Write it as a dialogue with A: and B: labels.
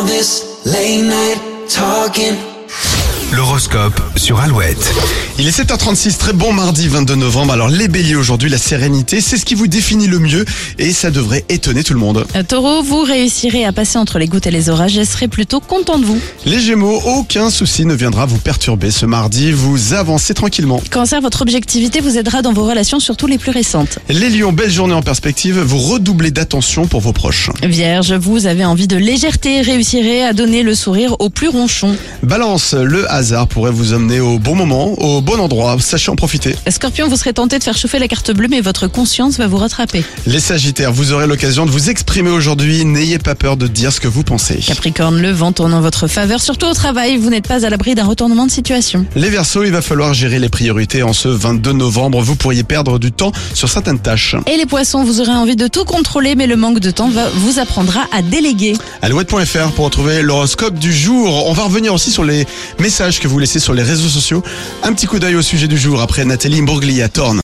A: this late night talking.
B: L'horoscope sur Alouette.
C: Il est 7h36, très bon mardi 22 novembre. Alors les béliers aujourd'hui, la sérénité, c'est ce qui vous définit le mieux et ça devrait étonner tout le monde.
D: Euh, Taureau, vous réussirez à passer entre les gouttes et les orages et serez plutôt content de vous.
C: Les gémeaux, aucun souci ne viendra vous perturber ce mardi, vous avancez tranquillement.
D: Cancer, votre objectivité vous aidera dans vos relations, surtout les plus récentes.
C: Les lions, belle journée en perspective, vous redoublez d'attention pour vos proches.
D: Vierge, vous avez envie de légèreté, réussirez à donner le sourire aux plus ronchons.
C: Balance, le hasard pourrait vous emmener au bon moment, au bon endroit, sachez en profiter.
D: Euh, Scorpion, vous serez tenté de faire chauffer la carte bleue, mais votre conscience va vous rattraper.
C: Les sagittaires, vous aurez l'occasion de vous exprimer aujourd'hui, n'ayez pas peur de dire ce que vous pensez.
D: Capricorne, le vent tourne en votre faveur, surtout au travail, vous n'êtes pas à l'abri d'un retournement de situation.
C: Les Verseaux, il va falloir gérer les priorités en ce 22 novembre. Vous pourriez perdre du temps sur certaines tâches.
D: Et les poissons, vous aurez envie de tout contrôler, mais le manque de temps va vous apprendra à déléguer.
C: Alouette.fr pour retrouver l'horoscope du jour. On va revenir aussi sur les messages que vous laissez sur les réseaux sociaux. Un petit coup d'œil au sujet du jour après Nathalie Bourgli à Torne.